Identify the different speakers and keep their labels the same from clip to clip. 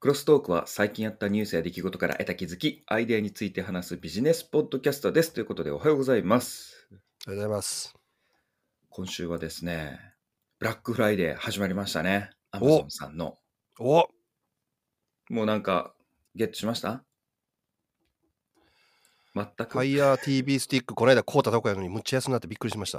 Speaker 1: クロストークは最近あったニュースや出来事から得た気づき、アイデアについて話すビジネスポッドキャストです。ということでおはようございます。
Speaker 2: おはようございます。
Speaker 1: 今週はですね、ブラックフライデー始まりましたね。アマゾンさんの。
Speaker 2: お
Speaker 1: もうなんか、ゲットしました全く。
Speaker 2: FireTV スティック、この間買うたとこやのに、むっちゃ安になってびっくりしました。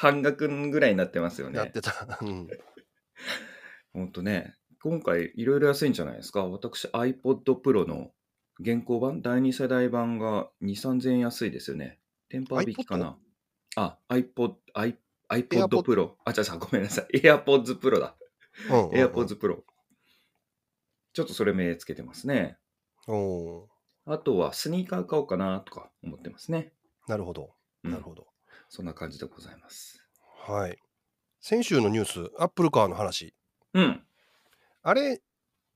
Speaker 1: 半額ぐらいになってますよね。
Speaker 2: なってた。うん。
Speaker 1: ほんとね、今回いろいろ安いんじゃないですか。私 iPod Pro の現行版、第2世代版が2、3000円安いですよね。テンパー引きかな。あ、iPod、i iPod Pro。あ、ちゃちゃ、ごめんなさい。AirPods Pro だ。
Speaker 2: うんうんうん、
Speaker 1: AirPods Pro。ちょっとそれ目つけてますね。
Speaker 2: お
Speaker 1: あとはスニーカー買おうかなとか思ってますね。
Speaker 2: なるほど。なるほど、うん、
Speaker 1: そんな感じでございます。
Speaker 2: はい。先週のニュース、アップルカーの話。
Speaker 1: うん。
Speaker 2: あれ、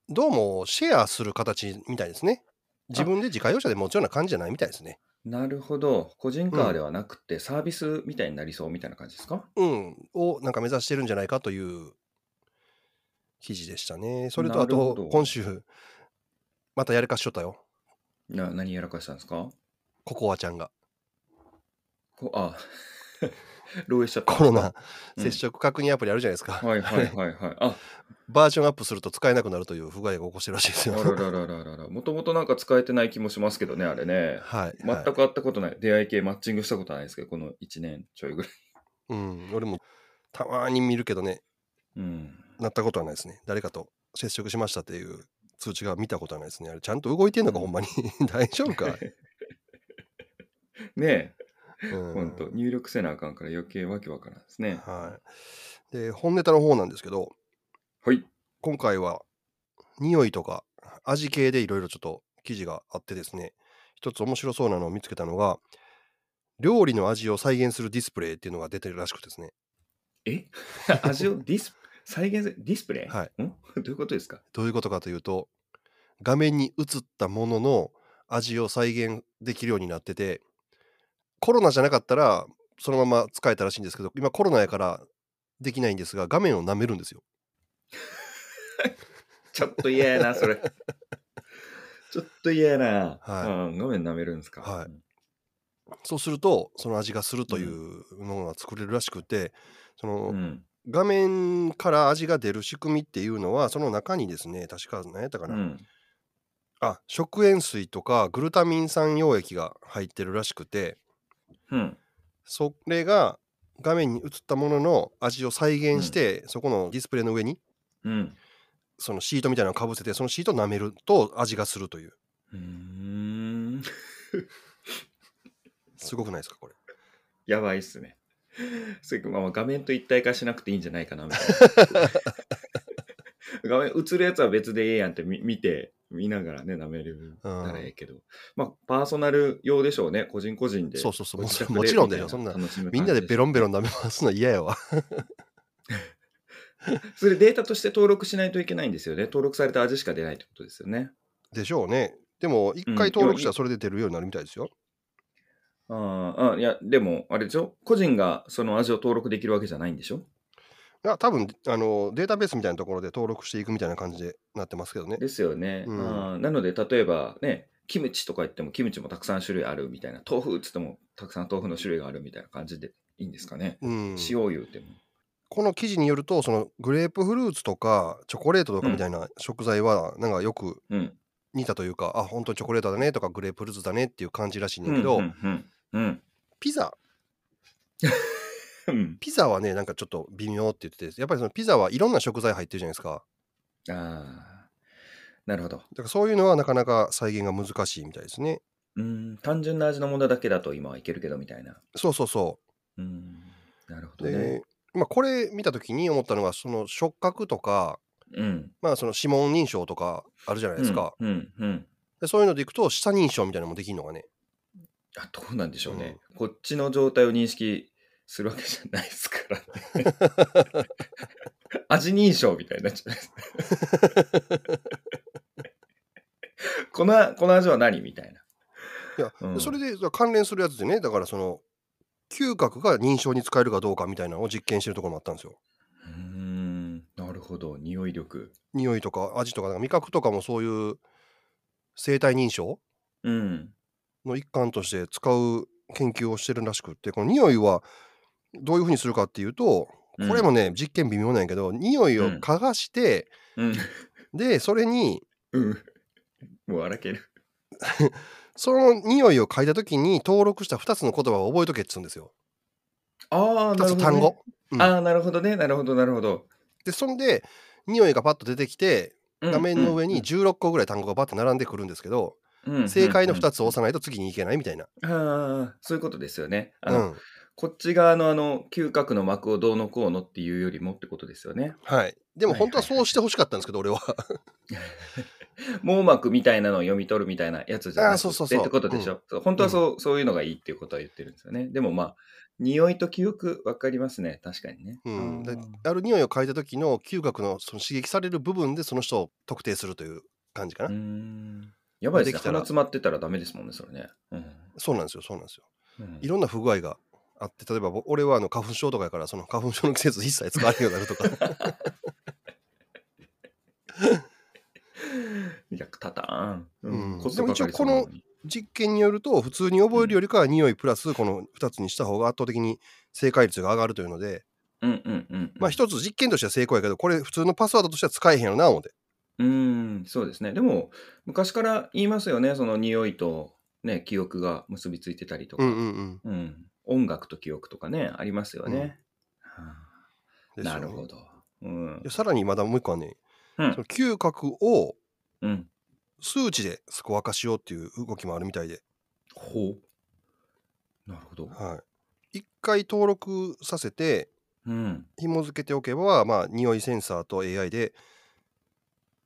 Speaker 2: どうもシェアする形みたいですね。自分で自家用車で持つような感じじゃないみたいですね。
Speaker 1: なるほど。個人カーではなくて、サービスみたいになりそうみたいな感じですか、
Speaker 2: うん、うん。をなんか目指してるんじゃないかという記事でしたね。それとあと、今週、またやらかしちょったよ。
Speaker 1: な何やらかしたんですか
Speaker 2: ココアちゃんが。
Speaker 1: こあ 漏洩しちゃった。
Speaker 2: コロナ接触確認アプリあるじゃないですか。
Speaker 1: うん、はいはいはいはい。あ
Speaker 2: バージョンアップすると使えなくなるという不具合が起こしてるらしいですよ。
Speaker 1: あらららららら。もともとなんか使えてない気もしますけどね、あれね。
Speaker 2: はい。
Speaker 1: 全く会ったことない。はい、出会い系マッチングしたことないですけど、この1年ちょいぐらい。
Speaker 2: うん、俺もたまに見るけどね、
Speaker 1: うん、
Speaker 2: なったことはないですね。誰かと接触しましたっていう通知が見たことはないですね。あれ、ちゃんと動いてんのか、ほんまに。 大丈夫か
Speaker 1: ねえ。 本当入力せなあかんから余計わけわからんですね。
Speaker 2: はい。で、本ネタの方なんですけど、
Speaker 1: はい。
Speaker 2: 今回は、匂いとか味系でいろいろちょっと記事があってですね、一つ面白そうなのを見つけたのが、料理の味を再現するディスプレイっていうのが出てるらしくですね。
Speaker 1: え 味をディス、再現するディスプレイ
Speaker 2: はい。
Speaker 1: んどういうことですか
Speaker 2: どういうことかというと、画面に映ったものの味を再現できるようになってて、コロナじゃなかったらそのまま使えたらしいんですけど今コロナやからできないんですが画面を舐めるんですよ
Speaker 1: ちょっと嫌やなそれ ちょっと嫌やな、、
Speaker 2: はい
Speaker 1: 画面舐めるんですか、
Speaker 2: はい、そうするとその味がするというものが作れるらしくて、その、
Speaker 1: うん、
Speaker 2: 画面から味が出る仕組みっていうのはその中にですね確か何やったかな、
Speaker 1: うん、
Speaker 2: あ食塩水とかグルタミン酸溶液が入ってるらしくて、
Speaker 1: うん、
Speaker 2: それが画面に映ったものの味を再現して、うん、そこのディスプレイの上に、
Speaker 1: うん、
Speaker 2: そのシートみたいなのをかぶせてそのシートを舐めると味がするという
Speaker 1: うん
Speaker 2: すごくないですかこれ
Speaker 1: やばいっすねそれ、まあ、画面と一体化しなくていいんじゃないかなみたいな画面映るやつは別でええやんって見て見ながらね、舐めるならええけど、うん、まあ、パーソナル用でしょうね、個人個人で。
Speaker 2: そうそうそう、ももちろんでしょ、そんな、みんなでベロンベロン舐めますの嫌やわ。
Speaker 1: それデータとして登録しないといけないんですよね。登録された味しか出ないってことですよね。
Speaker 2: でしょうね。でも、一回登録したらそれで出るようになるみたいですよ。
Speaker 1: うん、ああ、いや、でも、あれでしょ、個人がその味を登録できるわけじゃないんでしょ
Speaker 2: いや多分あのデータベースみたいなところで登録していくみたいな感じでなってますけどね。
Speaker 1: ですよね。、
Speaker 2: うん
Speaker 1: なので例えばねキムチとか言ってもキムチもたくさん種類あるみたいな豆腐っつってもたくさん豆腐の種類があるみたいな感じでいいんですかね。
Speaker 2: うん、
Speaker 1: 塩言うても。
Speaker 2: この記事によるとそのグレープフルーツとかチョコレートとかみたいな食材はなんかよく似たというか、うん、あ本当にチョコレートだねとかグレープフルーツだねっていう感じらしいんだけど、ピザピザはねなんかちょっと微妙って言っててやっぱりそのピザはいろんな食材入ってるじゃないですか
Speaker 1: あなるほどだ
Speaker 2: からそういうのはなかなか再現が難しいみたいですね
Speaker 1: うん単純な味のものだけだと今はいけるけどみたいな
Speaker 2: そうそうそう
Speaker 1: うんなるほどね
Speaker 2: まあ、これ見た時に思ったのがその触覚とか、
Speaker 1: うん、
Speaker 2: まあその指紋認証とかあるじゃないですか、
Speaker 1: うん、うん、
Speaker 2: でそういうのでいくと舌認証みたいなのもできるのがね
Speaker 1: あどうなんでしょうね、うん、こっちの状態を認識するわけじゃないですから、ね、味認証みたいになっちゃうこのこの味は何みたいな。
Speaker 2: いや、うん、それで関連するやつでねだからその嗅覚が認証に使えるかどうかみたいなのを実験してるところもあったんですよ。
Speaker 1: うんなるほど、匂い力。
Speaker 2: 匂いとか味とかなんか味覚とかもそういう生体認証
Speaker 1: うん。
Speaker 2: の一環として使う研究をしてるらしくってこの匂いはどういうふうにするかっていうと
Speaker 1: うん
Speaker 2: これもね、実験微妙なんやけど匂いを
Speaker 1: うん
Speaker 2: 嗅がして、
Speaker 1: うん。
Speaker 2: でそれに
Speaker 1: うん。もう荒ける。
Speaker 2: その匂いを嗅いだ時に登録した2つの言葉を覚えとけっつうんですよ
Speaker 1: ああ、なる
Speaker 2: 2
Speaker 1: ほど、
Speaker 2: つ
Speaker 1: ね。
Speaker 2: 単語。うん
Speaker 1: ああ、なるほどね。なるほど、なるほど。
Speaker 2: でそんで匂いがパッと出てきて
Speaker 1: うん
Speaker 2: 画面の上に、16個ぐらい単語がパッと並んでくるんですけど、
Speaker 1: うんうん
Speaker 2: 正解の2つを
Speaker 1: うん
Speaker 2: 押さないと次に行けないみたいな。
Speaker 1: ああ、そういうことですよね。あ
Speaker 2: う
Speaker 1: の、
Speaker 2: ん
Speaker 1: こっち側のあの嗅覚の膜をどうのこうのっていうよりもってことですよね。
Speaker 2: はい、でも
Speaker 1: はいはい
Speaker 2: 本当はそうしてほしかったんですけど、俺は。
Speaker 1: 網膜みたいなのを読み取るみたいなやつじゃなくて
Speaker 2: あーそうそうそう
Speaker 1: ってことでしょ。本当はそう,、そういうのがいいっていうことは言ってるんですよね。でもまあ、匂いと記憶分かりますね。確かにね。
Speaker 2: うん、で
Speaker 1: あー
Speaker 2: ある匂いを嗅いだ時の嗅覚のその刺激される部分でその人を特定するという感じかな。
Speaker 1: うーん。やばいですね。
Speaker 2: できたら
Speaker 1: 鼻詰まってたらダメですもんね、それね。うん。
Speaker 2: そうなんですよ、そうなんですよ。
Speaker 1: うん
Speaker 2: いろんな不具合があって、例えばぼ俺はあの花粉症とかやから、その花粉症の季節一切使われるようになると か。
Speaker 1: いや、たたーん。
Speaker 2: うん
Speaker 1: コストかかりそうなに
Speaker 2: でも実験によると、普通に覚えるよりかは匂いプラスこの2つにした方が圧倒的に正解率が上がるというので、
Speaker 1: うんうんうんうん。
Speaker 2: まあ一つ実験としては成功やけど、これ普通のパスワードとしては使えへんよな、思って。
Speaker 1: うーん、そうですね。でも、昔から言いますよね、その匂いと、ね、記憶が結びついてたりとか、
Speaker 2: う
Speaker 1: うん
Speaker 2: うんんうん。
Speaker 1: 音楽と記憶とかね、ありますよね。はあ
Speaker 2: ですよ
Speaker 1: な
Speaker 2: ね
Speaker 1: るほど。うん
Speaker 2: で。さらにまだもう一個はね、
Speaker 1: うん
Speaker 2: その嗅覚を
Speaker 1: うん。
Speaker 2: 数値でスコア化しようっていう動きもあるみたいで、
Speaker 1: ほう。なるほど。
Speaker 2: はい、一回登録させて
Speaker 1: うん。
Speaker 2: 紐付けておけば、まあ、匂いセンサーと AI で、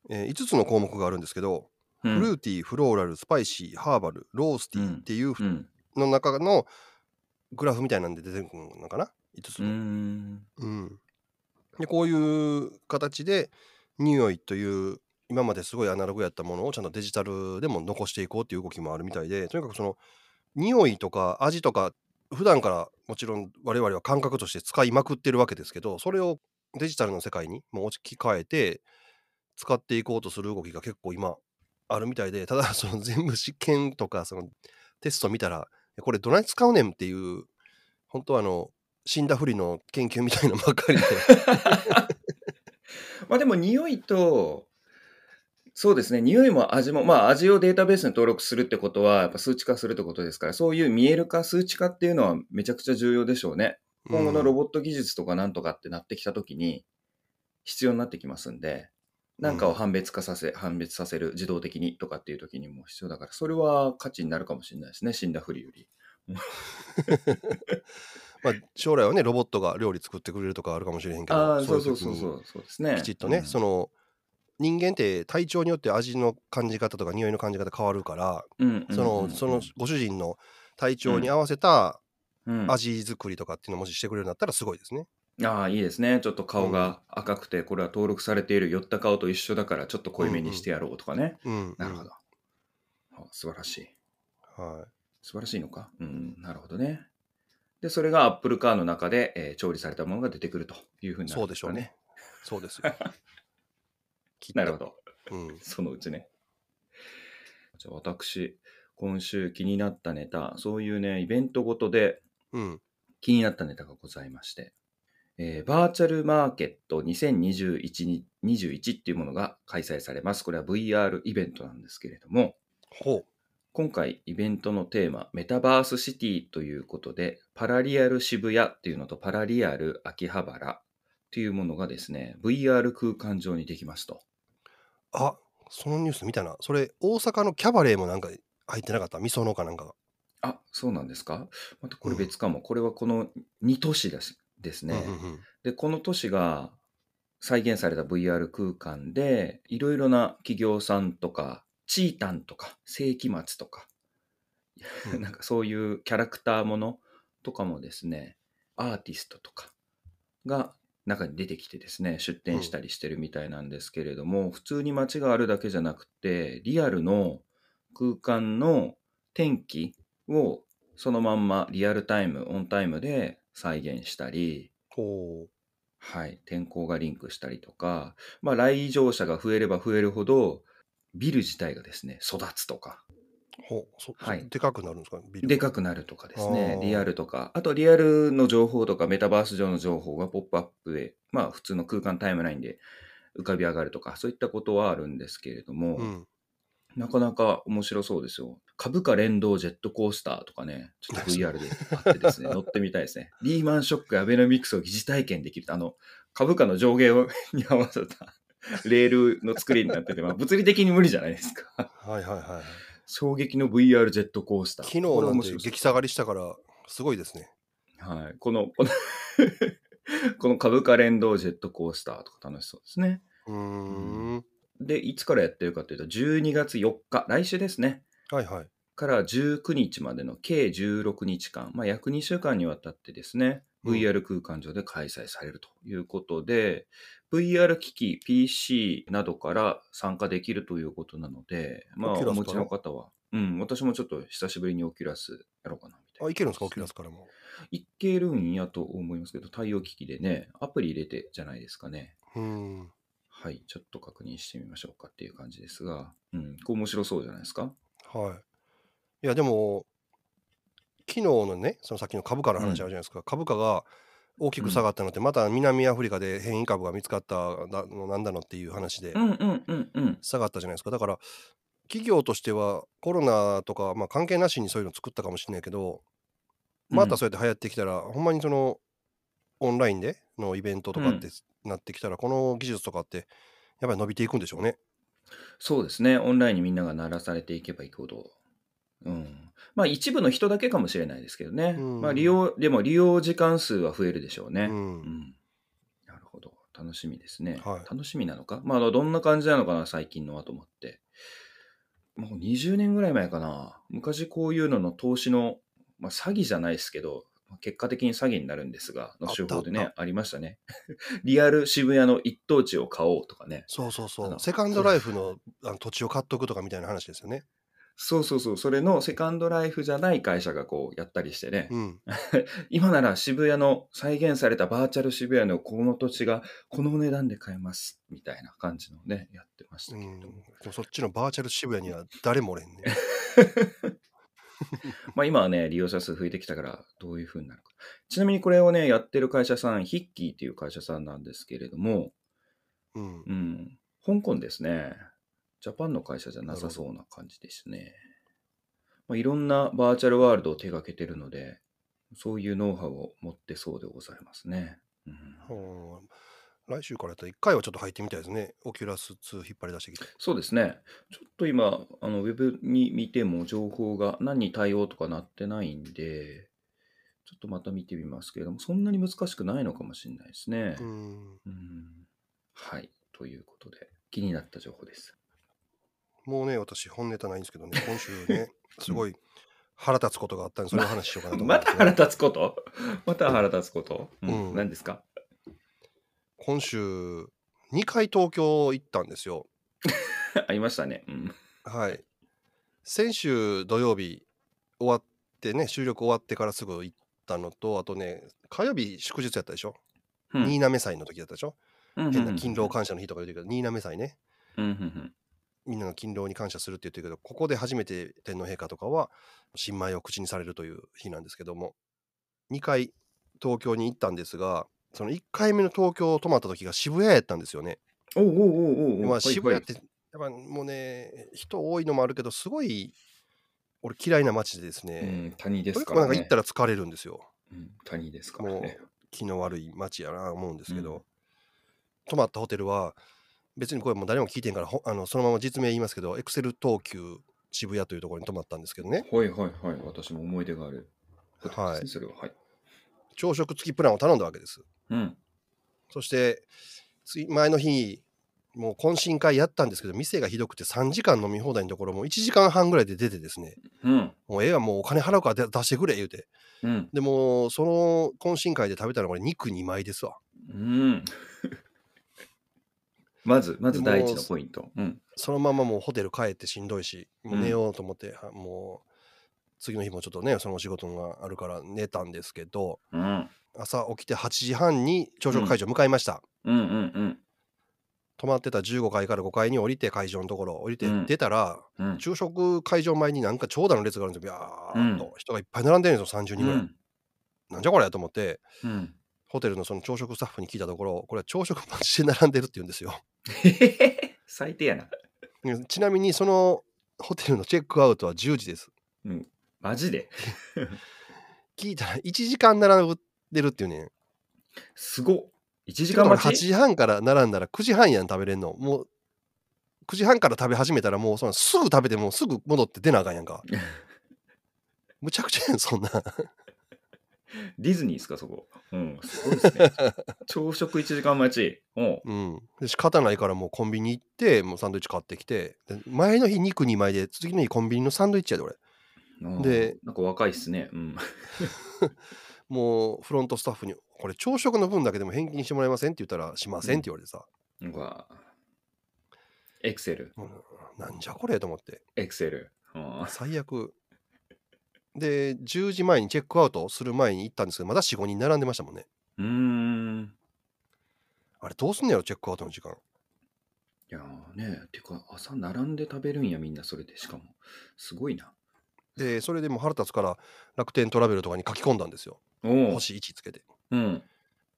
Speaker 2: えー5つの項目があるんですけど、
Speaker 1: う
Speaker 2: フル
Speaker 1: ん。
Speaker 2: ーティーフローラルスパイシーハーバルロースティーっていう
Speaker 1: うん。
Speaker 2: の中のグラフみたいなんで出てくるのかな5つ
Speaker 1: うー
Speaker 2: の。
Speaker 1: ん。
Speaker 2: うんでこういう形で匂いという今まですごいアナログやったものをちゃんとデジタルでも残していこうっていう動きもあるみたいでとにかくその匂いとか味とか普段からもちろん我々は感覚として使いまくってるわけですけどそれをデジタルの世界にもう置き換えて使っていこうとする動きが結構今あるみたいでただその全部実験とかそのテスト見たらこれどない使うねんっていう本当はあの死んだふりの研究みたいなのばっかりで
Speaker 1: まあでも、匂いと、そうですね、匂いも味も、まあ、味をデータベースに登録するってことは、やっぱ数値化するってことですから、そういう見える化、数値化っていうのはめちゃくちゃ重要でしょうね。 今後のロ
Speaker 2: ボッ
Speaker 1: ボット技術とかなんとかってなってきたときに必要になってきますんで、なんかを判別化させ、判別させる、自動的にとかっていうときにも必要だから、それは価値になるかもしれないですね、死んだふりより。
Speaker 2: まあ、将来はねロボットが料理作ってくれるとかあるかもしれへんけど
Speaker 1: ああ、そうそうそうそう
Speaker 2: いう
Speaker 1: う、そうですね。
Speaker 2: 時にきちっとね、
Speaker 1: うん
Speaker 2: その人間って体調によって味の感じ方とか匂いの感じ方変わるから、
Speaker 1: うんうん
Speaker 2: その、
Speaker 1: うん
Speaker 2: そのご主人の体調に合わせた
Speaker 1: うん
Speaker 2: 味作りとかっていうのをもししてくれるんだったらすごいですね。
Speaker 1: ああ、いいですね。ちょっと顔が赤くて、これは登録されている寄った顔と一緒だから、ちょっと濃いめにしてやろうとかね。
Speaker 2: うん、
Speaker 1: なるほど。あ素晴らしい。
Speaker 2: ど。はい、
Speaker 1: 素晴らしいのか。うん、なるほどね。で、それがアップルカーの中で、えー調理されたものが出てくるというふうになる
Speaker 2: そ
Speaker 1: ん
Speaker 2: うですしょ
Speaker 1: か
Speaker 2: うね。。そうですよ。 きっと
Speaker 1: なるほど。
Speaker 2: うん、
Speaker 1: そのうちね。じゃあ私、今週気になったネタ、そういうね、イベントごとで
Speaker 2: うん、
Speaker 1: 気になったネタがございまして、えーバーチャルマーケット2021に21っていうものが開催されます。これは VR イベントなんですけれども、
Speaker 2: ほう。
Speaker 1: 今回イベントのテーマメタバースシティということでパラリアル渋谷っていうのとパラリアル秋葉原っていうものがですね VR 空間上にできますと
Speaker 2: あそのニュース見たな。それ、大阪のキャバレーもなんか入ってなかった。みそのかなんかが。
Speaker 1: あそうなんですかまたこれ別かも、これはこの2都市ですですね、
Speaker 2: うんうんうん
Speaker 1: でこの都市が再現された VR 空間でいろいろな企業さんとかチータンとか世紀末とか、
Speaker 2: うん
Speaker 1: なんかそういうキャラクターものとかもですねアーティストとかが中に出てきてですね出展したりしてるみたいなんですけれども、普通に街があるだけじゃなくてリアルの空間の天気をそのまんまリアルタイムオンタイムで再現したり
Speaker 2: ほう。
Speaker 1: はい、天候がリンクしたりとか、まあ、来場者が増えれば増えるほど、ビル自体がですね、育つとか、
Speaker 2: ほう、そ、そ
Speaker 1: はい、
Speaker 2: でかくなるんですかね、ビル
Speaker 1: で
Speaker 2: が。
Speaker 1: かくなるとかですね、リ
Speaker 2: あ
Speaker 1: ア
Speaker 2: あ。
Speaker 1: ルとか、あとリアルの情報とか、メタバース上の情報がポップアップで、まあ、普通の空間タイムラインで浮かび上がるとか、そういったことはあるんですけれど
Speaker 2: う
Speaker 1: も、
Speaker 2: ん。
Speaker 1: なかなか面白そうですよ。株価連動ジェットコースターとかね、ちょっと VR であってです ね、乗ってみたいですね。リーマンショック、アベノミクスを疑似体験できると。あの、株価の上下をに合わせたレールの作りになってて、まあ、物理的に無理じゃないですか。
Speaker 2: はいはいはいはい。
Speaker 1: 衝撃の VR ジェットコースター。
Speaker 2: 昨日
Speaker 1: これ
Speaker 2: なん
Speaker 1: 面
Speaker 2: て
Speaker 1: 白そう
Speaker 2: 激下がりしたから、すごいですね。
Speaker 1: はい。この、この この株価連動ジェットコースターとか楽しそうですね。
Speaker 2: うー
Speaker 1: うん。
Speaker 2: ん。
Speaker 1: で、いつからやってるかというと、12月4日、来週ですね。
Speaker 2: はいはい。
Speaker 1: から19日までの計16日間、まあ、約2週間にわたってですね、
Speaker 2: うん。
Speaker 1: VR 空間上で開催されるということで、VR 機器、PC などから参加できるということなので、ま
Speaker 2: オ
Speaker 1: あ、
Speaker 2: キュ
Speaker 1: お
Speaker 2: ラス
Speaker 1: 持
Speaker 2: か
Speaker 1: ち
Speaker 2: ら
Speaker 1: の方は、うん、私もちょっと久しぶりにオキュラスやろうかな、みたい
Speaker 2: あ、いけるん
Speaker 1: な感
Speaker 2: です
Speaker 1: じ
Speaker 2: か、
Speaker 1: で
Speaker 2: オ
Speaker 1: す
Speaker 2: キュラ
Speaker 1: ね。
Speaker 2: スからも。
Speaker 1: いけるんやと思いますけど、対応機器でね、アプリ入れてじゃないですかね。
Speaker 2: うーん。
Speaker 1: はい、ちょっと確認してみましょうかっていう感じですが、うん、これ面白そうじゃないですか。
Speaker 2: はい。いや、でも、昨日のね、そのさっきの株価の
Speaker 1: う
Speaker 2: 話あ
Speaker 1: ん、
Speaker 2: るじゃないですか。株価が大き
Speaker 1: う
Speaker 2: く下
Speaker 1: ん。
Speaker 2: がったのって、また南アフリカで変異株が見つかっただのなんだのっていう話
Speaker 1: う
Speaker 2: で
Speaker 1: んうんうんうん。
Speaker 2: 下がったじゃないですか。だから、企業としてはコロナとか、まあ、関係なしにそういうの作ったかもしれないけど、
Speaker 1: う
Speaker 2: また
Speaker 1: ん。
Speaker 2: そうやって流行ってきたら、ほんまにそのオンラインでのイベント
Speaker 1: う
Speaker 2: とかって
Speaker 1: ん。
Speaker 2: なってきたら、この技術とかって、やっぱり伸びていくんでしょうね。
Speaker 1: そうですね。オンラインにみんなが慣らされていけばいくほど。うん。まあ一部の人だけかもしれないですけど
Speaker 2: う
Speaker 1: ね。まあ利
Speaker 2: ん。
Speaker 1: 用、でも利用時間数は増えるでしょう
Speaker 2: う。
Speaker 1: ね。うんん。なるほど。楽しみですね。
Speaker 2: はい。
Speaker 1: 楽しみなのかまああのどんな感じなのかな、最近のはと思って。もう20年ぐらい前かな。昔こういうのの投資の、まあ詐欺じゃないですけど、まあ結果的に詐欺になるんですが、の
Speaker 2: あっ
Speaker 1: 手
Speaker 2: たあ
Speaker 1: 法
Speaker 2: っ
Speaker 1: で
Speaker 2: た。
Speaker 1: ね、ありましたね。 リアル渋谷の一等地を買おうとかね。
Speaker 2: そうそう
Speaker 1: あ
Speaker 2: そう。
Speaker 1: の、
Speaker 2: セカン
Speaker 1: そ
Speaker 2: ド
Speaker 1: うで
Speaker 2: ライ
Speaker 1: す。
Speaker 2: フのあの土地を買っとくとかみたいな話ですよね。
Speaker 1: そうそうそう、それのセカンドライフじゃない会社がこうやったりしてね、
Speaker 2: うん。
Speaker 1: 今なら渋谷の再現されたバーチャル渋谷のこの土地がこのお値段で買えますみたいな感じのね、やってまし
Speaker 2: う
Speaker 1: たけれ
Speaker 2: ん。
Speaker 1: ども。
Speaker 2: でもそっちのバーチャル渋谷には誰もおれんね。
Speaker 1: まあ今はね、利用者数増えてきたからどういう風になるか。ちなみにこれをね、やってる会社さん、ヒッキーっていう会社さんなんですけれども、
Speaker 2: うん。
Speaker 1: うん、香港ですね。ジャパンの会社じゃな
Speaker 2: なる
Speaker 1: さ
Speaker 2: ほど。
Speaker 1: そうな感じですね。まあ、いろんなバーチャルワールドを手掛けてるので、そういうノウハウを持ってそうでございますね。うん、
Speaker 2: うん来週からやったら一回はちょっと入ってみたいですね。オキュラス2引っ張り出してきて。
Speaker 1: そうですね。ちょっと今、あのウェブに見ても情報が何に対応とかなってないんで、ちょっとまた見てみますけれども、そんなに難しくないのかもしれないです
Speaker 2: う
Speaker 1: ね。
Speaker 2: ん。
Speaker 1: うん、はい。ということで、気になった情報です。
Speaker 2: もうね、私本ネタないんですけ どね、今週ね、す
Speaker 1: う
Speaker 2: ご
Speaker 1: ん
Speaker 2: い腹立つことがあったんで、それ
Speaker 1: ま、
Speaker 2: を話しようかなと思う
Speaker 1: ま
Speaker 2: んです
Speaker 1: た腹
Speaker 2: が、
Speaker 1: 立つことまた腹立つことう。
Speaker 2: うんん。
Speaker 1: 何ですか
Speaker 2: 今週、2回東京行ったんですよ。
Speaker 1: ありましたね。うん。
Speaker 2: はい。先週土曜日終わってね収録終わってからすぐ行ったのとあとね火曜日祝日やったでしょ
Speaker 1: うん。
Speaker 2: 新滑祭の時だったでしょ
Speaker 1: うん。うん。
Speaker 2: 変
Speaker 1: う
Speaker 2: なん勤
Speaker 1: う
Speaker 2: 労
Speaker 1: ん
Speaker 2: 感謝の日とか言うてるけど新滑祭ね
Speaker 1: うんうんうん
Speaker 2: みんなの勤労に感謝するって言ってるけどここで初めて天皇陛下とかは新米を口にされるという日なんですけども2回東京に行ったんですがその1回目の東京泊まった時が渋谷やったんですよね
Speaker 1: おうおうおうお
Speaker 2: で
Speaker 1: うおう
Speaker 2: まあ
Speaker 1: はい
Speaker 2: 渋
Speaker 1: は
Speaker 2: 谷っ
Speaker 1: い。
Speaker 2: てやっぱもうね人多いのもあるけどすごい俺嫌いな街でです
Speaker 1: う
Speaker 2: ね
Speaker 1: ん、谷で
Speaker 2: と
Speaker 1: す
Speaker 2: にか
Speaker 1: か
Speaker 2: くな
Speaker 1: ら
Speaker 2: んか行った
Speaker 1: ね。
Speaker 2: ら疲れるんですよ。
Speaker 1: うん、谷ですから
Speaker 2: も
Speaker 1: ね。
Speaker 2: う気の悪い街やな思うんで
Speaker 1: う
Speaker 2: すけ
Speaker 1: ん。
Speaker 2: ど泊まったホテルは別にこれもう誰も聞いてんからほあのそのまま実名言いますけどエクセル東急渋谷というところに泊まったんですけどね
Speaker 1: はいはいはい。私も思い出があるホテルで
Speaker 2: は
Speaker 1: す
Speaker 2: い
Speaker 1: ね、それは。はい。
Speaker 2: 朝食付きプランを頼んだわけです
Speaker 1: うん。
Speaker 2: そして次前の日もう懇親会やったんですけど店がひどくて3時間飲み放題のところも1時間半ぐらいで出てですね
Speaker 1: うん。
Speaker 2: もうええわもうお金払うから出出してくれ言うて
Speaker 1: うん。
Speaker 2: でもうその懇親会で食べたのが俺肉2枚ですわ
Speaker 1: うん。 まず、ま
Speaker 2: で
Speaker 1: ず第
Speaker 2: も
Speaker 1: 一
Speaker 2: う
Speaker 1: のポイント。うん。
Speaker 2: そのままもうホテル帰ってしんどいし、も
Speaker 1: う
Speaker 2: う寝
Speaker 1: ん。
Speaker 2: ようと思って、はもう次の日もちょっとね、そのお仕事があるから寝たんですけど、
Speaker 1: うん。
Speaker 2: 朝起きて8時半に朝食会場向かいました、
Speaker 1: うんうん
Speaker 2: 泊まってた15階から5階に降りて会場のところ降りて
Speaker 1: うん
Speaker 2: 出たら、
Speaker 1: うん。うん。
Speaker 2: 昼食会場前になんか長蛇の列があるんですよビャーっ
Speaker 1: う
Speaker 2: と人がいっぱい並んでるんですよ30人
Speaker 1: う
Speaker 2: ぐらい、
Speaker 1: ん。
Speaker 2: なんじゃこれと思って
Speaker 1: うん。
Speaker 2: ホテルのその朝食スタッフに聞いたところこれは朝食待ちで並んでるって言うんですよ
Speaker 1: へへへ最低やな。
Speaker 2: うんちなみにそのホテルのチェックアウトは10時です
Speaker 1: マジで。
Speaker 2: 聞いたら1時 間並んでるっていうねん
Speaker 1: すごっ。1時
Speaker 2: だ
Speaker 1: 間
Speaker 2: から
Speaker 1: 待
Speaker 2: 8
Speaker 1: ち
Speaker 2: 時半から並んだら9時半やん食べれんのもう9時半から食べ始めたらもうそのすぐ食べてもうすぐ戻って出なあかんやん かむちゃくちゃやんそんな
Speaker 1: ディズニーですか、そこ。 うん、すごいですね。朝食1時間待ち。うん。
Speaker 2: うん、で仕方ないからもうコンビニ行ってもうサンドイッチ買ってきてで前の日肉2枚で次の日コンビニのサンドイッチやで俺
Speaker 1: うん
Speaker 2: で、
Speaker 1: なんか若いっすね。うん。
Speaker 2: もうフロントスタッフに「これ朝食の分だけでも返金してもらえません?」って言ったら「しません」って言われてさ、
Speaker 1: なんか、エクセル、
Speaker 2: うんなんじゃこれと思って
Speaker 1: エクセル。うん
Speaker 2: 最悪で10時前にチェックアウトする前に行ったんですけどまだ45人並んでましたもんね
Speaker 1: うーん。
Speaker 2: あれどうすんのやろチェックアウトの時間
Speaker 1: いやーね、てか、朝並んで食べるんや、みんな、それで。しかも、すごいな。
Speaker 2: でそれでもう腹立つから楽天トラベルとかに書き込んだんですよ
Speaker 1: おお。
Speaker 2: 星1つけて
Speaker 1: うん。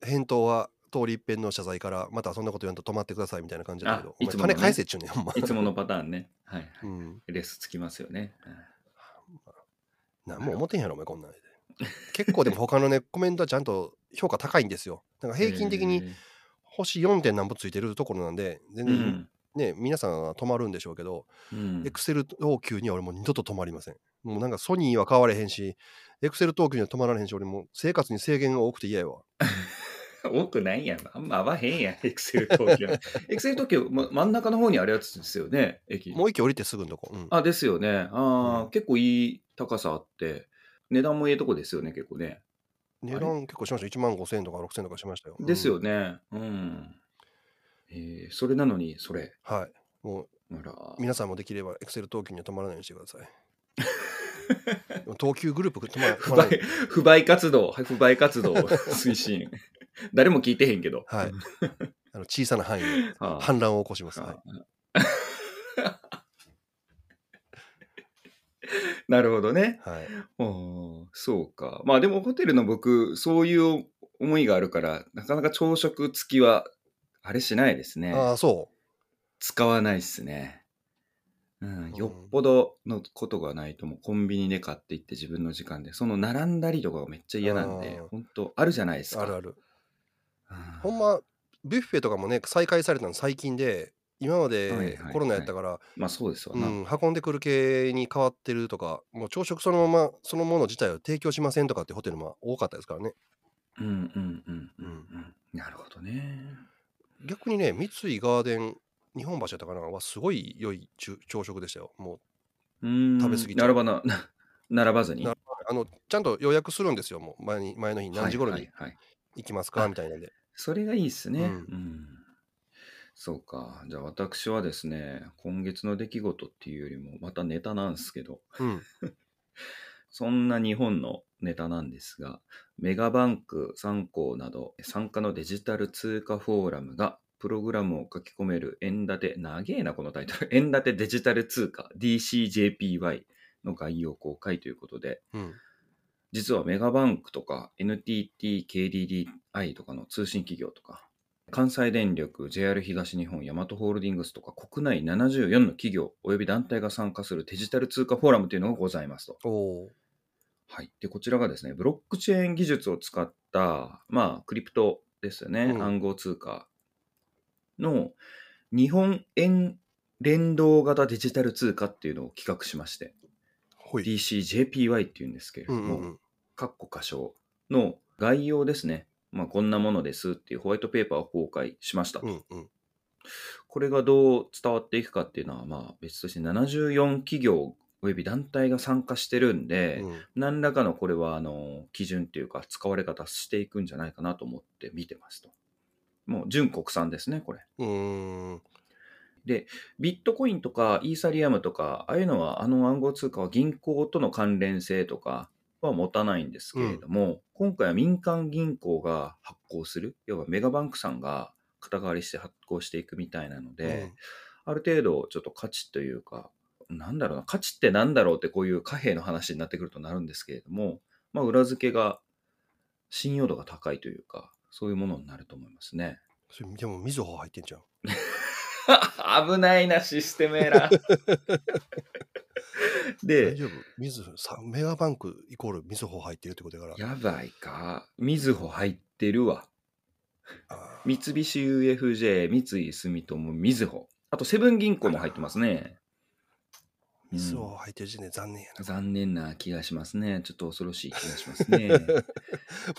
Speaker 2: 返答は通り一遍の謝罪からまたそんなこと言わんと止まってくださいみたいな感じだったけど
Speaker 1: あ
Speaker 2: お
Speaker 1: い
Speaker 2: 前
Speaker 1: つものね
Speaker 2: 金返せっちゅうねんほんま
Speaker 1: いつものパターンね。はい、は
Speaker 2: う
Speaker 1: い。
Speaker 2: ん
Speaker 1: レスつきますよね。うん
Speaker 2: 何も思ってへんやろお前こんなんで結構でも他のねコメントはちゃんと評価高いんですよなんか平均的に。星 4. 点何歩ついてるところなんで
Speaker 1: え
Speaker 2: 全
Speaker 1: ーう
Speaker 2: 然
Speaker 1: ん。
Speaker 2: ね皆さんは止まるんでしょうけど
Speaker 1: うん
Speaker 2: エクセル等級には俺もう二度と止まりませんもうなんかソニーは買われへんしエクセル等級には止まられへんし俺もう生活に制限が多くて嫌やわ
Speaker 1: 多くないやん。あんま合わへんやん、エクセル東京。エクセル東京、ま、真ん中の方にあるやつですよね、駅。
Speaker 2: もう駅降りてすぐのとこ、うん、
Speaker 1: あ、ですよね。ああ、
Speaker 2: うん
Speaker 1: 結構いい高さあって、値段もいいとこですよね、結構ね。
Speaker 2: 値段結構しました1万5000円とか6000円とかしましたよ
Speaker 1: です
Speaker 2: よ
Speaker 1: よね。うん。えーそれなのに、それ。
Speaker 2: はい。もう
Speaker 1: あら。
Speaker 2: 皆さんもできれば Excel 等級には止まらないようにしてく ださい。でも等級グループ止まら
Speaker 1: 不
Speaker 2: 止まらな
Speaker 1: 買
Speaker 2: い。、
Speaker 1: 不買活動、はい不買活動 推進。誰も聞いてへんけど。
Speaker 2: はい。あの小さな範囲で
Speaker 1: は
Speaker 2: 反乱を起こしま す。
Speaker 1: あ
Speaker 2: はい、
Speaker 1: なるほどね。
Speaker 2: はい。
Speaker 1: あーそうか。まあでもホテルの僕、そういう思いがあるから、なかなか朝食付きは、あれしないですね。
Speaker 2: ああ、そ
Speaker 1: 使わないっすね。うん
Speaker 2: ん、
Speaker 1: よっぽどのことがないともうコンビニで買っていって自分の時間でその並んだりとかがめっちゃ嫌なんで
Speaker 2: あー
Speaker 1: 本当あるじゃないです
Speaker 2: う。
Speaker 1: か
Speaker 2: あるある。
Speaker 1: うん
Speaker 2: ほんま、ビュッフェとかもね、再開されたの最近で、今ま
Speaker 1: はい
Speaker 2: で
Speaker 1: はいはい
Speaker 2: コロナやったから、
Speaker 1: まあそうですわ
Speaker 2: う
Speaker 1: な、
Speaker 2: ん、運んでくる系に変わってるとか、もう朝食そのまま、そのもの自体を提供しませんとかってホテルも多かったですからね。
Speaker 1: うんうんうんうんうんなるほどね
Speaker 2: 逆にね、三井ガーデン、日本橋やったかなはすごい良い昼朝食でしたよ。もう
Speaker 1: うん
Speaker 2: 食べ過ぎちゃう
Speaker 1: 並ばな 並ばずに
Speaker 2: なあのちゃんと予約するんですよ、もう前に前の日、何時頃
Speaker 1: はい
Speaker 2: に
Speaker 1: はいはい
Speaker 2: 行きますか、
Speaker 1: あ
Speaker 2: みたいなんで。
Speaker 1: それがいいっすね、
Speaker 2: う
Speaker 1: うんんそうかじゃあ私はですね今月の出来事っていうよりもまたネタなんですけど
Speaker 2: うん、
Speaker 1: そんな日本のネタなんですが、メガバンク3行など参加のデジタル通貨フォーラムがプログラムを書き込める円建て、長えなこのタイトル、 円建てデジタル通貨 DCJPY の概要公開ということで、
Speaker 2: うん、
Speaker 1: 実はメガバンクとか NTT、KDDI とかの通信企業とか、関西電力、JR 東日本、ヤマトホールディングスとか国内74の企業及び団体が参加するデジタル通貨フォーラムというのがございますと。
Speaker 2: おお
Speaker 1: はい、でこちらがですねブロックチェーン技術を使った、まあ、クリプトですよね、
Speaker 2: うん
Speaker 1: 暗号通貨の日本円連動型デジタル通貨っていうのを企画しまして
Speaker 2: ほい。
Speaker 1: DCJPY っていうんですけれ
Speaker 2: う
Speaker 1: ど
Speaker 2: んう
Speaker 1: も、
Speaker 2: んうん、
Speaker 1: 括弧箇所の概要ですね、まあ、こんなものですっていうホワイトペーパーを公開しましたと、
Speaker 2: うんうん、
Speaker 1: これがどう伝わっていくかっていうのは、まあ、別として74企業および団体が参加してるんで、
Speaker 2: うん
Speaker 1: 何らかのこれはあの基準というか使われ方していくんじゃないかなと思って見てますと。もう純国産ですね、これ。
Speaker 2: うーん。
Speaker 1: ビットコインとかイーサリアムとか、ああいうのはあの暗号通貨は銀行との関連性とか、は持たないんですけれども、今回は民間銀行が発行する、要はメガバンクさんが肩代わりして発行していくみたいなので、ある程度ちょっと価値というか、なんだろうな、価値ってなんだろうってこういう貨幣の話になってくるとなるんですけれども、まあ、裏付けが信用度が高いというか、そういうものになると思いますね。
Speaker 2: それでもみずほ入ってんじゃん。
Speaker 1: 危ないな、システムエラー。
Speaker 2: 大
Speaker 1: で、
Speaker 2: 丈夫。みずほさメガバンクイコールみずほ入ってるってことだから。
Speaker 1: やばいか。みずほ入ってるわ。
Speaker 2: あー
Speaker 1: 三菱 UFJ、三井住友、みずほ。あと、セブン銀行も入ってますね。
Speaker 2: みずほ入ってる時点で残念やな。
Speaker 1: 残念な気がしますね。ちょっと恐ろしい気がします ね。
Speaker 2: ま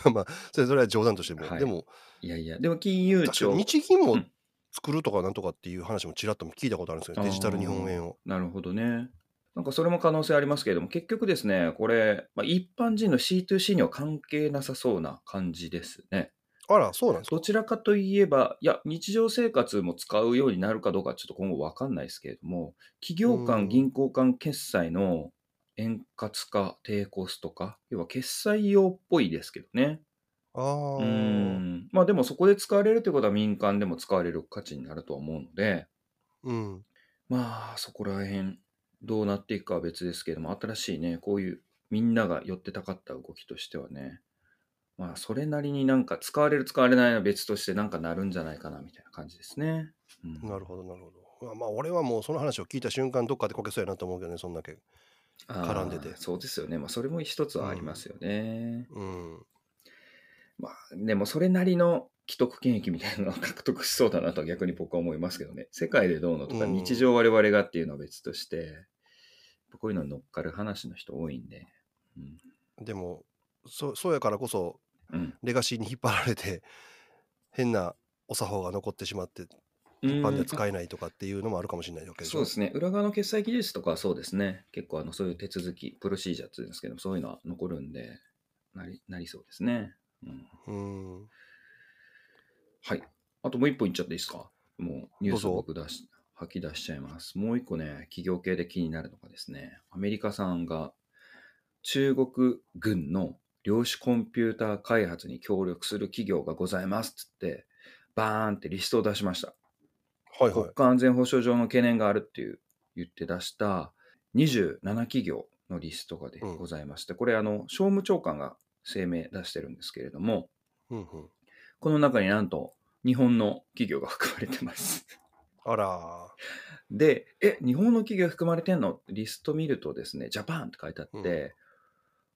Speaker 2: あまあ、それそれは冗談としても。
Speaker 1: はい
Speaker 2: でも、
Speaker 1: いやいや、でも金融
Speaker 2: 確か
Speaker 1: 庁
Speaker 2: に。日銀
Speaker 1: う
Speaker 2: も
Speaker 1: ん
Speaker 2: 作るとかなんとかっていう話もちらっと聞いたことあるんですよね。デジタル日本円を。
Speaker 1: なるほどね。なんかそれも可能性ありますけれども、結局ですね、これ、まあ、一般人の C2C には関係なさそうな感じですね。
Speaker 2: あら、そうなんですか。
Speaker 1: どちらかといえば、いや、日常生活も使うようになるかどうか、ちょっと今後わかんないですけれども、企業
Speaker 2: う
Speaker 1: 間、
Speaker 2: ん
Speaker 1: 銀行間決済の円滑化、低コスト化、要は決済用っぽいですけどね。
Speaker 2: あ
Speaker 1: う
Speaker 2: あ。
Speaker 1: ん。まあでもそこで使われるということは民間でも使われる価値になるとは思うので、
Speaker 2: うん。
Speaker 1: まあそこら辺どうなっていくかは別ですけども新しいねこういうみんなが寄ってたかった動きとしてはねまあそれなりになんか使われる使われないは別としてなんかなるんじゃないかなみたいな感じですね。うん
Speaker 2: なるほど、なるほど。まあ、まあ、俺はもうその話を聞いた瞬間、どっかでこけそうやなと思うけどね、そんだけ。絡んでて
Speaker 1: あーそうですよねまあそれも一つはありますよね。
Speaker 2: うん。
Speaker 1: まあでもそれなりの既得権益みたいなのを獲得しそうだなとは逆に僕は思いますけどね世界でどうのとか
Speaker 2: うん
Speaker 1: 日常我々がっていうのは別として、こういうのに乗っかる話の人多いんで。うん
Speaker 2: でも、そそうやからこそ、
Speaker 1: うん
Speaker 2: レガシーに引っ張られて、 変なお作法が残ってしまって、一般では使えないとかっていうのもあるかもしれないわけでし
Speaker 1: そう
Speaker 2: ょ。
Speaker 1: ですね、裏側の決済技術とかはそうですね、結構あのそういう手続き、プロシージャーっていうんですけど、そういうのは残るんで、なりなりそうですね、うん。
Speaker 2: うん。
Speaker 1: はい。あともう一本いっちゃっていいですかもうニュースを
Speaker 2: どうぞ
Speaker 1: 僕出し吐き出しちゃいます。もう一個ね、企業系で気になるのがですね、アメリカさんが中国軍の量子コンピューター開発に協力する企業がございますっつって、バーンってリストを出しました。
Speaker 2: はいは
Speaker 1: 国
Speaker 2: い。
Speaker 1: 家安全保障上の懸念があるっていう言って出した27企業のリストがで
Speaker 2: うん
Speaker 1: ございまして、これあの商務長官が声明出してるんですけれども
Speaker 2: うんうん。
Speaker 1: この中になんと日本の企業が含まれてます。
Speaker 2: あら
Speaker 1: で、え、日本の企業含まれてんのってリスト見るとですね、ジャパンって書いてあって、
Speaker 2: うん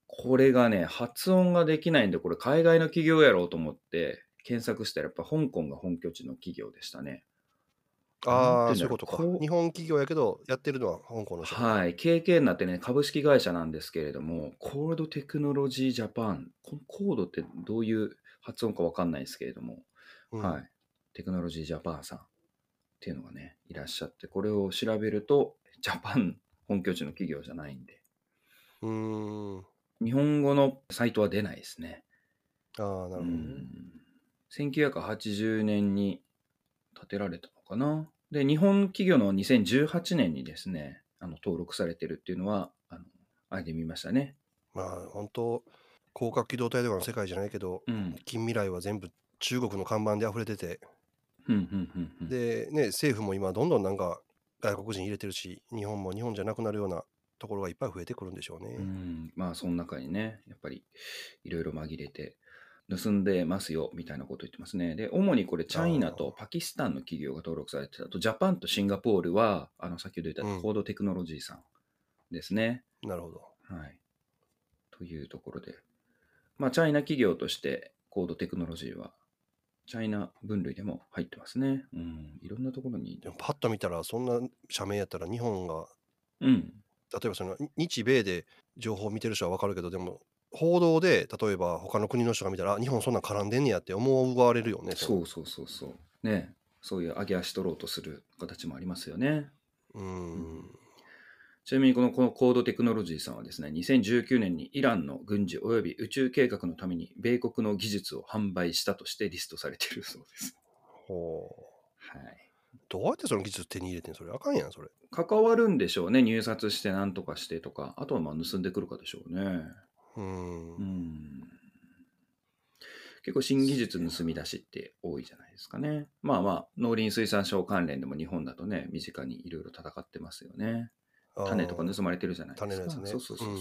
Speaker 1: これがね、発音ができないんで、これ海外の企業やろうと思って検索したら、やっぱ香港が本拠地の企業でしたね。
Speaker 2: ー。
Speaker 1: な
Speaker 2: あ
Speaker 1: ん
Speaker 2: あ、
Speaker 1: て
Speaker 2: そう
Speaker 1: 言
Speaker 2: い
Speaker 1: だろ
Speaker 2: うんこ
Speaker 1: う
Speaker 2: とか
Speaker 1: こ。う
Speaker 2: 日本企業やけど、やってるのは香港の人。
Speaker 1: はい、KK になってね、株式会社なんですけれども、コールドテクノロジージャパン、このコードってどういう発音かわかんないですけれども、
Speaker 2: うん
Speaker 1: はい、テクノロジージャパンさんっていうのがね、いらっしゃって、これを調べると、ジャパン本拠地の企業じゃないんで、
Speaker 2: うーん。
Speaker 1: 日本語のサイトは出ないですね。
Speaker 2: ああ、なるほど
Speaker 1: う
Speaker 2: ね。
Speaker 1: ん1980年に建てられたのかな。で、日本企業の2018年にですね、あの登録されてるっていうのは、あのあれで見ましたね。
Speaker 2: まあ、本当広角機動隊とかの世界じゃないけど、
Speaker 1: うん。
Speaker 2: 近未来は全部中国の看板で溢れてて、
Speaker 1: うんうんうんうん
Speaker 2: で、ね、政府も今、どんどんなんか外国人入れてるし、日本も日本じゃなくなるようなところがいっぱい増えてくるんでしょうね。
Speaker 1: うん、まあその中にねやっぱりいろいろ紛れて盗んでますよみたいなこと言ってますねで主にこれチャイナとパキスタンの企業が登録されてたあとジャパンとシンガポールはあの先ほど言った
Speaker 2: うん
Speaker 1: コードテクノロジーさんですね、
Speaker 2: なるほど。
Speaker 1: はいというところでまあチャイナ企業としてコードテクノロジーはチャイナ分類でも入ってますねうんいろんなところに
Speaker 2: でも、パッと見たら、そんな社名やったら、日本が、
Speaker 1: うん
Speaker 2: 例えばそのに日米で情報を見てる人は分かるけど、でも、報道で、例えば他の国の人が見たら、あ日本そんなん絡んでんねやって思われるよね。。
Speaker 1: そううそうそうそうねそういう上げ足取ろうとする形もありますよね
Speaker 2: うーん。
Speaker 1: ちなみにこのこのコードテクノロジーさんはですね、2019年にイランの軍事及び宇宙計画のために米国の技術を販売したとしてリストされているそうです。
Speaker 2: ほ
Speaker 1: はい。
Speaker 2: う。どうやってその技術手に入れてんのそれあかんやん、それ。
Speaker 1: 関わるんでしょうね、入札してなんとかしてとか、あとはまあ盗んでくるかでしょうね。う
Speaker 2: う。
Speaker 1: んん結構新技術盗み出しって多いじゃないですかね。まあまあ、農林水産省関連でも日本だとね、身近にいろいろ戦ってますよね。種とか
Speaker 2: あー
Speaker 1: 盗まれてるじゃないで
Speaker 2: 種
Speaker 1: す
Speaker 2: の
Speaker 1: か。
Speaker 2: やつね。
Speaker 1: そうそうそうそう、
Speaker 2: ん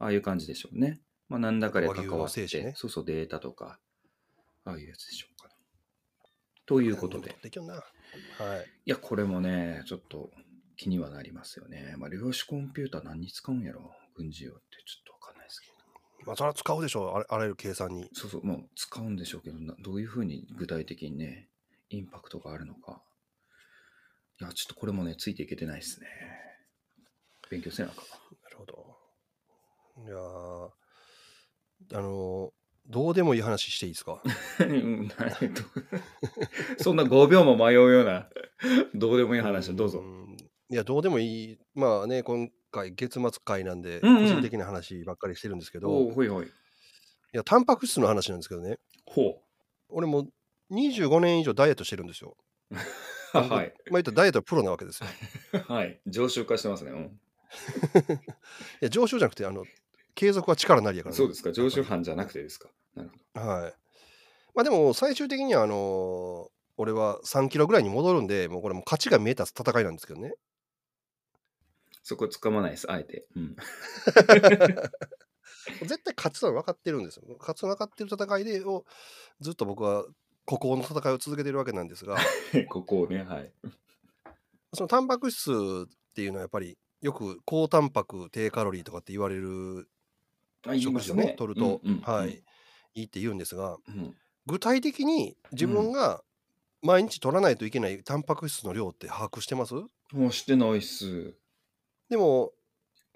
Speaker 1: ああいう感じでしょうね。まあ、何らかで
Speaker 2: 和牛
Speaker 1: 関わ
Speaker 2: の
Speaker 1: って、
Speaker 2: 精子ね
Speaker 1: そうそうデータとか、ああいうやつでしょうかね。ということ
Speaker 2: なん
Speaker 1: で
Speaker 2: も、できるな。はい。
Speaker 1: いや、これもね、ちょっと気にはなりますよね。まあ、量子コンピューター何に使うんやろ軍事用ってちょっとわかんないですけど。
Speaker 2: まあ、それは使うでしょう。あらあらゆる計算に。
Speaker 1: そうそう、まあ、使うんでしょうけど、などういうふうに具体的にね、インパクトがあるのか。いや、ちょっとこれもね、ついていけてないですね。勉強せなあかんわ
Speaker 2: なるほど。いやーあのーどうでもいい話していいですか
Speaker 1: うん何と そんな5秒も迷うような、どうでもいい話をどうぞ。
Speaker 2: んいや、どうでもいい。まあね、今回月末会なんで、
Speaker 1: うんうん
Speaker 2: 個人的な話ばっかりしてるんですけど、
Speaker 1: お
Speaker 2: いう
Speaker 1: ほいほい。
Speaker 2: や、タンパク質の話なんですけどね。
Speaker 1: ほ
Speaker 2: 俺もう25年以上ダイエットしてるんですよ。
Speaker 1: う。はい。
Speaker 2: まあ言ったらダイエットはプロなわけですよ。
Speaker 1: はい。常習化してますね。うん
Speaker 2: いや、上昇じゃなくて、あの、継続は力なりやから、ね。
Speaker 1: そうですか。常習犯じゃなくてですか。なるほど。
Speaker 2: はい。まあでも、最終的には、あの俺は3キロぐらいに戻るんで、もうこれもう勝ちが見えた戦いなんですけどね。
Speaker 1: そこつかまないです、あえて。 うん。
Speaker 2: 絶対勝つのは分かってるんですよ。勝つのは分かってる戦いでを、ずっと僕は孤高の戦いを続けてるわけなんですが、
Speaker 1: ここをね、はい。
Speaker 2: そのタンパク質っていうのはやっぱり、よく高タンパク低カロリーとかって言われる
Speaker 1: あ言い
Speaker 2: 食
Speaker 1: ま
Speaker 2: 事
Speaker 1: す
Speaker 2: を
Speaker 1: ね
Speaker 2: ね、。取ると、
Speaker 1: うんうん
Speaker 2: はい、いいって言うんですが、
Speaker 1: うん
Speaker 2: 具体的に自分が毎日取らないといけないタンパク質の量って把握してます
Speaker 1: もうしてないっす。
Speaker 2: でも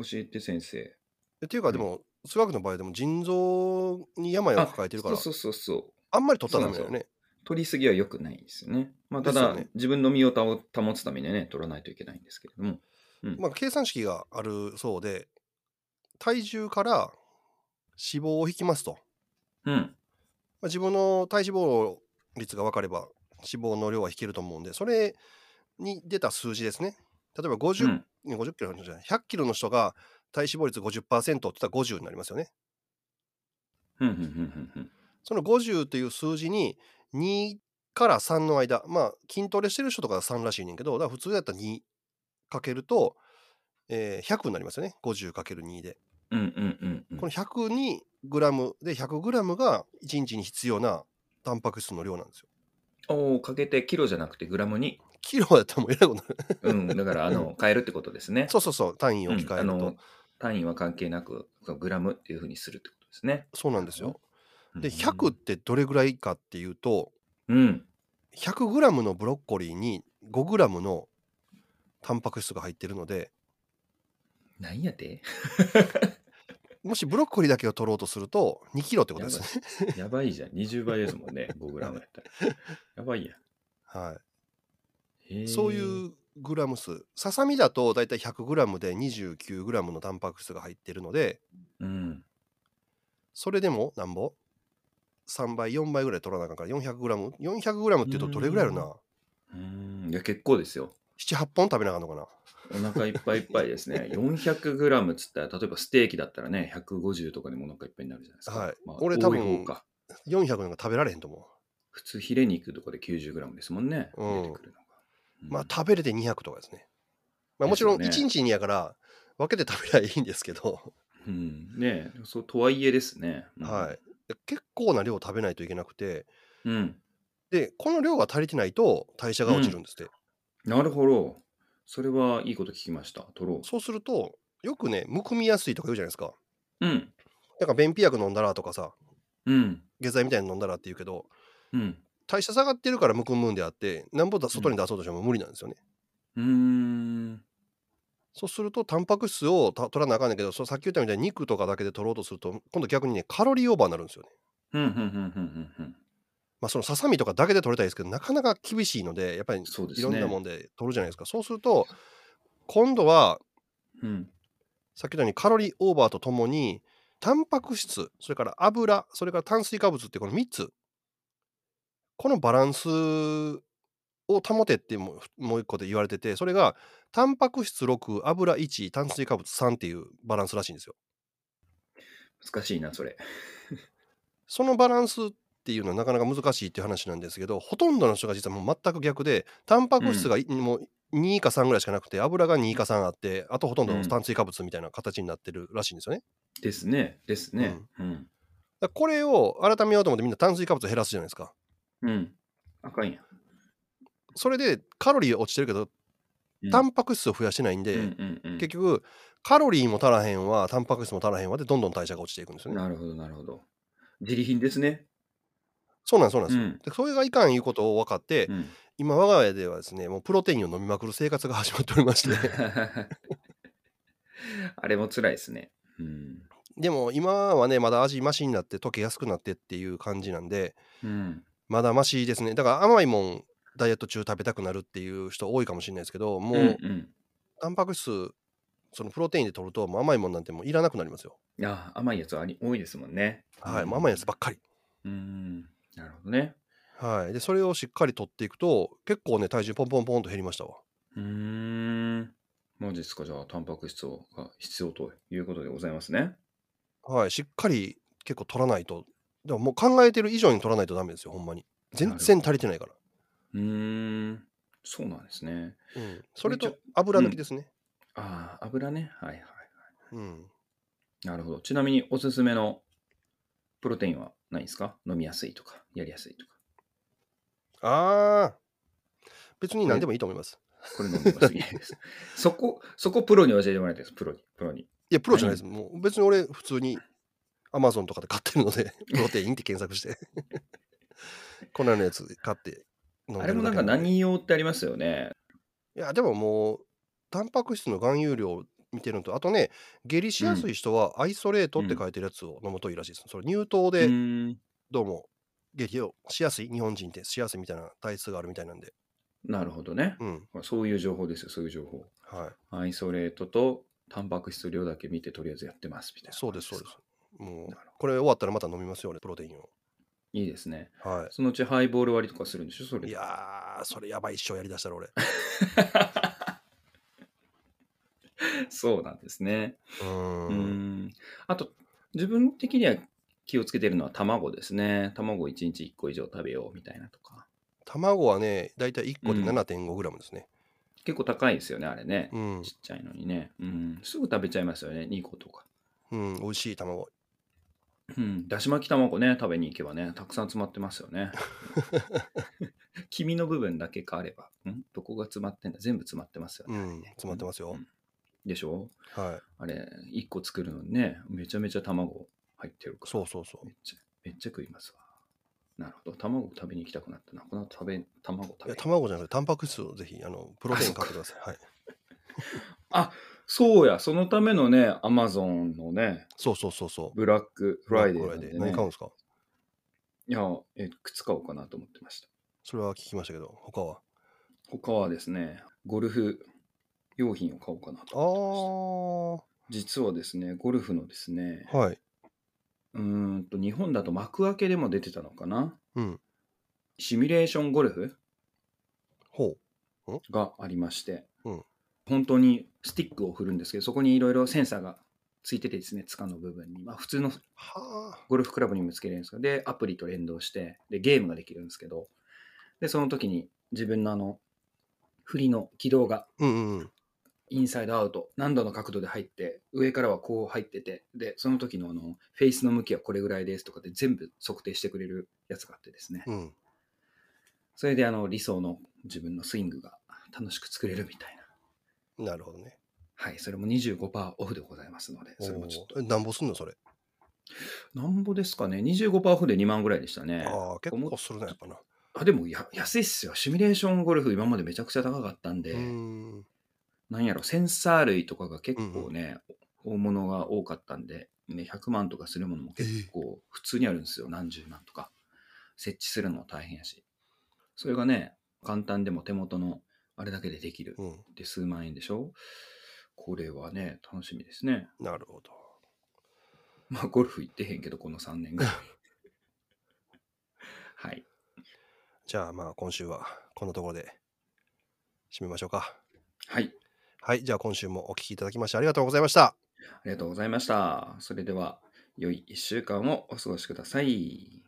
Speaker 1: 教えて先生。
Speaker 2: っていうか
Speaker 1: うん
Speaker 2: でも数学の場合でも腎臓に病を抱えてるから
Speaker 1: そうそうそうそう。
Speaker 2: あんまり取ったらダメだよね
Speaker 1: 取りすぎは良くないんですよね。まあ、た
Speaker 2: ですよ
Speaker 1: だ、
Speaker 2: ね
Speaker 1: 自分の身を保保つためにはね、取らないといけないんですけれども。
Speaker 2: まあ、計算式があるそうで体重から脂肪を引きますと、
Speaker 1: うん。
Speaker 2: まあ、自分の体脂肪率が分かれば脂肪の量は引けると思うんでそれに出た数字ですね例えば
Speaker 1: う
Speaker 2: 50,、
Speaker 1: ん。
Speaker 2: 50キロの人じゃない100キロの人が体脂肪率50%って言ったら50になりますよね
Speaker 1: うん。うん。うん。うん
Speaker 2: その50という数字に2から3の間、まあ筋トレしてる人とかは3らしいねんけど、だから普通だったら2かけると、えー100になりますよね。50かける2で。
Speaker 1: うん。うん。うんうん
Speaker 2: この102グラムで100グラムが1日に必要なタンパク質の量なんですよ。
Speaker 1: おーかけて、キロじゃなくてグラムに。
Speaker 2: キロだったらもうえらいことにな
Speaker 1: う
Speaker 2: る。
Speaker 1: ん。だから、あの、変えるってことですね。
Speaker 2: そうそうそう、単位を
Speaker 1: うん
Speaker 2: 置き換え
Speaker 1: あ
Speaker 2: ると。
Speaker 1: の、単位は関係なく、そのグラムっていうふうにするってことですね。
Speaker 2: そうなんですよ。で、
Speaker 1: うん
Speaker 2: 100ってどれぐらいかっていうと、
Speaker 1: うん。
Speaker 2: 100グラムのブロッコリーに5グラムのタンパク質が入ってるので、
Speaker 1: なんやて
Speaker 2: もしブロッコリーだけを取ろうとすると2キロってこと
Speaker 1: や
Speaker 2: ですね。
Speaker 1: ばいやばいじゃん。20倍ですもんね。5グラムやったら。やばいやん。
Speaker 2: は
Speaker 1: へー
Speaker 2: い、そういうグラム数ささみだとだいたい100グラムで29グラムのタンパク質が入ってるので
Speaker 1: うん。
Speaker 2: それでもなんぼ3倍4倍ぐらい取らなあかんから400グラム400グラムっていうとどれぐらいある
Speaker 1: う
Speaker 2: な
Speaker 1: うーん。いや、結構ですよ。
Speaker 2: 78本食べなあかんのかな
Speaker 1: お腹いっぱいいっぱいです ね。400g っつったら、例えばステーキだったらね、150とかでもお腹いっぱいになるじゃないですか。
Speaker 2: はい
Speaker 1: まあ、俺
Speaker 2: 俺多
Speaker 1: 多
Speaker 2: 分
Speaker 1: 分方か。
Speaker 2: 400なんか食べられへんと思
Speaker 1: 普通、ヒレ肉とかで 90g ですもんね。
Speaker 2: うん
Speaker 1: 出てくるのが。
Speaker 2: う
Speaker 1: うん
Speaker 2: まあ食べれて200とかですね、まあ、もちろん1
Speaker 1: ですよね
Speaker 2: 日にやから分けて食べりゃいいんですけど、
Speaker 1: うん。ねえそう、とはいえですね。うん
Speaker 2: はい。で結構な量食べないといけなくて
Speaker 1: うん。
Speaker 2: でこの量が足りてないと代謝が落ちるんですって、
Speaker 1: なるほど。それはいいこと聞きました。取ろう。
Speaker 2: そうするとよくねむくみやすいとか言うじゃないですか
Speaker 1: うん。
Speaker 2: なんか便秘薬飲んだらとかさ
Speaker 1: うん。
Speaker 2: 下剤みたいに飲んだらって言うけど
Speaker 1: うん。
Speaker 2: 代謝下がってるからむくむんであってなんぼだ外に出そうとしても無理なんですよね、
Speaker 1: うーん。
Speaker 2: そうするとタンパク質をた取らなあかんねんけどそうさっき言ったみたいに肉とかだけで取ろうとすると今度逆にねカロリーオーバーになるんですよね
Speaker 1: うん。うん。うん。うん。うん。
Speaker 2: まあそのささみとかだけで取れたいですけどなかなか厳しいのでやっぱり
Speaker 1: そうで
Speaker 2: い
Speaker 1: す
Speaker 2: ろん
Speaker 1: ね。
Speaker 2: なもんで取るじゃないですかそうすると今度は
Speaker 1: うん。
Speaker 2: さっき言ったようにカロリーオーバーとともにタンパク質それから油それから炭水化物ってこの3つこのバランスを保てってもうもう一個で言われててそれがタンパク質6油1炭水化物3っていうバランスらしいんですよ。
Speaker 1: 難しいな、それ。
Speaker 2: そのバランスっていうのはなかなか難しいっていう話なんですけどほとんどの人が実はもう全く逆でタンパク質がいもう2か3ぐらいしかなくて油が2か3あってあとほとんど
Speaker 1: うん
Speaker 2: 炭水化物みたいな形になってるらしいんですよね。
Speaker 1: ですね、ですね。うん。
Speaker 2: だからこれを改めようと思ってみんな炭水化物減らすじゃないですか。
Speaker 1: うん。あかんや。
Speaker 2: それでカロリー落ちてるけど
Speaker 1: うん
Speaker 2: タンパク質を増やしてないんで、
Speaker 1: うんうんうん
Speaker 2: 結局カロリーも足らへんわタンパク質も足らへんわでどんどん代謝が落ちていくんですよね。
Speaker 1: なるほど、なるほど。自利品ですね。
Speaker 2: そうなんですそうなん
Speaker 1: う
Speaker 2: ですよ。
Speaker 1: ん。
Speaker 2: でそれがいかんいうことを分かって、
Speaker 1: うん、
Speaker 2: 今我が家ではですねもうプロテインを飲みまくる生活が始まっておりまして
Speaker 1: あれも辛いですね。うん。
Speaker 2: でも今はねまだ味マシになって溶けやすくなってっていう感じなんで
Speaker 1: うん。
Speaker 2: まだマシですねだから甘いもんダイエット中食べたくなるっていう人多いかもしれないですけどもう、
Speaker 1: うんうん
Speaker 2: タンパク質そのプロテインで取るともう甘いもんなんてもういらなくなりますよ
Speaker 1: いや、甘いやつはあり多いですもんね。
Speaker 2: はい、
Speaker 1: うん
Speaker 2: もう甘いやつばっかり
Speaker 1: うん。なるほどね。
Speaker 2: はいでそれをしっかり取っていくと結構ね体重ポンポンポンと減りましたわ
Speaker 1: うーん。マジですか、じゃあ、タンパク質をが必要ということでございますね。
Speaker 2: はいしっかり結構取らないとでももう考えてる以上に取らないとダメですよほんまに全然足りてないから、
Speaker 1: うーん。そうなんですね。
Speaker 2: うん、それ
Speaker 1: ち
Speaker 2: と
Speaker 1: ょ
Speaker 2: 油抜きですね、
Speaker 1: ああ、油ね。はいはい。
Speaker 2: うん
Speaker 1: なるほど。ちなみにおすすめのプロテインはないんですか飲みやすいとか、やりやすいとか。
Speaker 2: ああ。別に何でもいいと思います。
Speaker 1: これ飲んでます。いい ですそこ、そこプロに教えてもらいたいです。プロに、プロに。
Speaker 2: いや、プロじゃないです。もう別に俺、普通に Amazon とかで買ってるの で、プロテインって検索して、 こんなのやつ買って飲ん
Speaker 1: あ
Speaker 2: で
Speaker 1: れ
Speaker 2: る
Speaker 1: もなん
Speaker 2: だけ
Speaker 1: か
Speaker 2: なんでい
Speaker 1: 何用ってありますよね。
Speaker 2: や、でももう、タンパク質の含有量見てるのと、あとね、下痢しやすい人はアイソレートって書いてるやつを飲むといいらしいです。それ、乳糖
Speaker 1: う
Speaker 2: で
Speaker 1: ーん。
Speaker 2: どうも下痢をしやすい、日本人ってしやすいみたいな体質があるみたいなんで、
Speaker 1: なるほどね。
Speaker 2: うん。
Speaker 1: そういう情報ですよ、そういう情報。
Speaker 2: はい。
Speaker 1: アイソレートとタンパク質量だけ見てとりあえずやってますみたいな。
Speaker 2: そうです、そうです。。もう
Speaker 1: なる、
Speaker 2: これ終わったらまた飲みますよ、俺、プロテインを。
Speaker 1: いいですね。
Speaker 2: はい。
Speaker 1: そのうちハイボール割りとかするんでしょそれ。
Speaker 2: いやー、それやばい一生やりだしたら俺。
Speaker 1: そうなんですね。
Speaker 2: う
Speaker 1: う
Speaker 2: ー
Speaker 1: ー
Speaker 2: ん。
Speaker 1: ん。あと、自分的には気をつけてるのは卵ですね。卵1日1個以上食べようみたいなとか。
Speaker 2: 卵はね、だいたい1個で
Speaker 1: うん
Speaker 2: 7.5g ですね。
Speaker 1: 結構高いですよね、あれね
Speaker 2: う。ん。
Speaker 1: ちっちゃいのにね。うん。すぐ食べちゃいますよね、2個とか。
Speaker 2: うん、美味しい卵。
Speaker 1: うん。だし巻き卵ね、食べに行けばね、たくさん詰まってますよね。 黄身の部分だけ変われば。んどこが詰まってんだ全部詰まってますよ
Speaker 2: う
Speaker 1: ね。
Speaker 2: ん、詰まってますよ。
Speaker 1: でしょ
Speaker 2: はい。
Speaker 1: あれ、1個作るのにね、めちゃめちゃ卵入ってるから。
Speaker 2: そうそうそう
Speaker 1: め。っちゃ、めっちゃ食いますわ。なるほど。卵食べに行きたくなったな。この後食べ、卵食
Speaker 2: い
Speaker 1: べ
Speaker 2: や、。卵じゃなくて、タンパク質をぜひ、あの、プロテイン買ってください。はい。
Speaker 1: そうや、そのためのね、アマゾンのね、
Speaker 2: そうそうそうそう。
Speaker 1: ブラックフライデー
Speaker 2: ブ
Speaker 1: な
Speaker 2: ラ
Speaker 1: ん
Speaker 2: ック
Speaker 1: で
Speaker 2: フライデー何買
Speaker 1: ね。
Speaker 2: うんですか
Speaker 1: いや、え、靴買おうかなと思ってました。
Speaker 2: それは聞きましたけど、他は。
Speaker 1: 他はですね、ゴルフ用品を買おうかな
Speaker 2: あ
Speaker 1: と思ってました。
Speaker 2: ー、
Speaker 1: 実はですね、ゴルフのですね、
Speaker 2: はい。
Speaker 1: うーんと、日本だと幕開けでも出てたのかな
Speaker 2: うん。
Speaker 1: シミュレーションゴルフ
Speaker 2: ほ
Speaker 1: がありまして、
Speaker 2: うん
Speaker 1: 本当にスティックを振るんですけどそこにいろいろセンサーがついててですね塚の部分に、まあ、普通の
Speaker 2: う。は
Speaker 1: ゴルフクラブにもつけれるんですけどでアプリと連動してでゲームができるんですけどでその時に自分のあの振りの軌道が
Speaker 2: ー。うんうんうん。
Speaker 1: インサイドアウト何度の角度で入って上からはこう入っててでその時のあのフェイスの向きはこれぐらいですとかで全部測定してくれるやつがあってですね
Speaker 2: うん。
Speaker 1: それであの理想の自分のスイングが楽しく作れるみたいな
Speaker 2: なるほどね。
Speaker 1: はい、それも25%オフでございますので、それもちょっと。
Speaker 2: おーえなんぼすんのそれ。
Speaker 1: なんぼですかね、25%オフで2万ぐらいでしたね。
Speaker 2: ああ、結構するな、やっぱな。
Speaker 1: あでもや、安いっすよ。シミュレーションゴルフ、今までめちゃくちゃ高かったんで、
Speaker 2: うーん。
Speaker 1: なんやろ、センサー類とかが結構ね、大物が多かったんで、ね、100万とかするものも結構普通にあるんですよ、何十万とか。設置するのも大変やし。それがね、簡単でも手元のあれだけでできる。
Speaker 2: うん。
Speaker 1: で、数万円でしょこれはね、楽しみですね。
Speaker 2: なるほど。
Speaker 1: まあ、ゴルフ行ってへんけど、この3年ぐらい。はい。
Speaker 2: じゃあまあ今週はこんなところで締めましょうか。
Speaker 1: はい。
Speaker 2: はい、じゃあ今週もお聞きいただきましてありがとうございました。
Speaker 1: ありがとうございました。それでは、良い1週間をお過ごしください。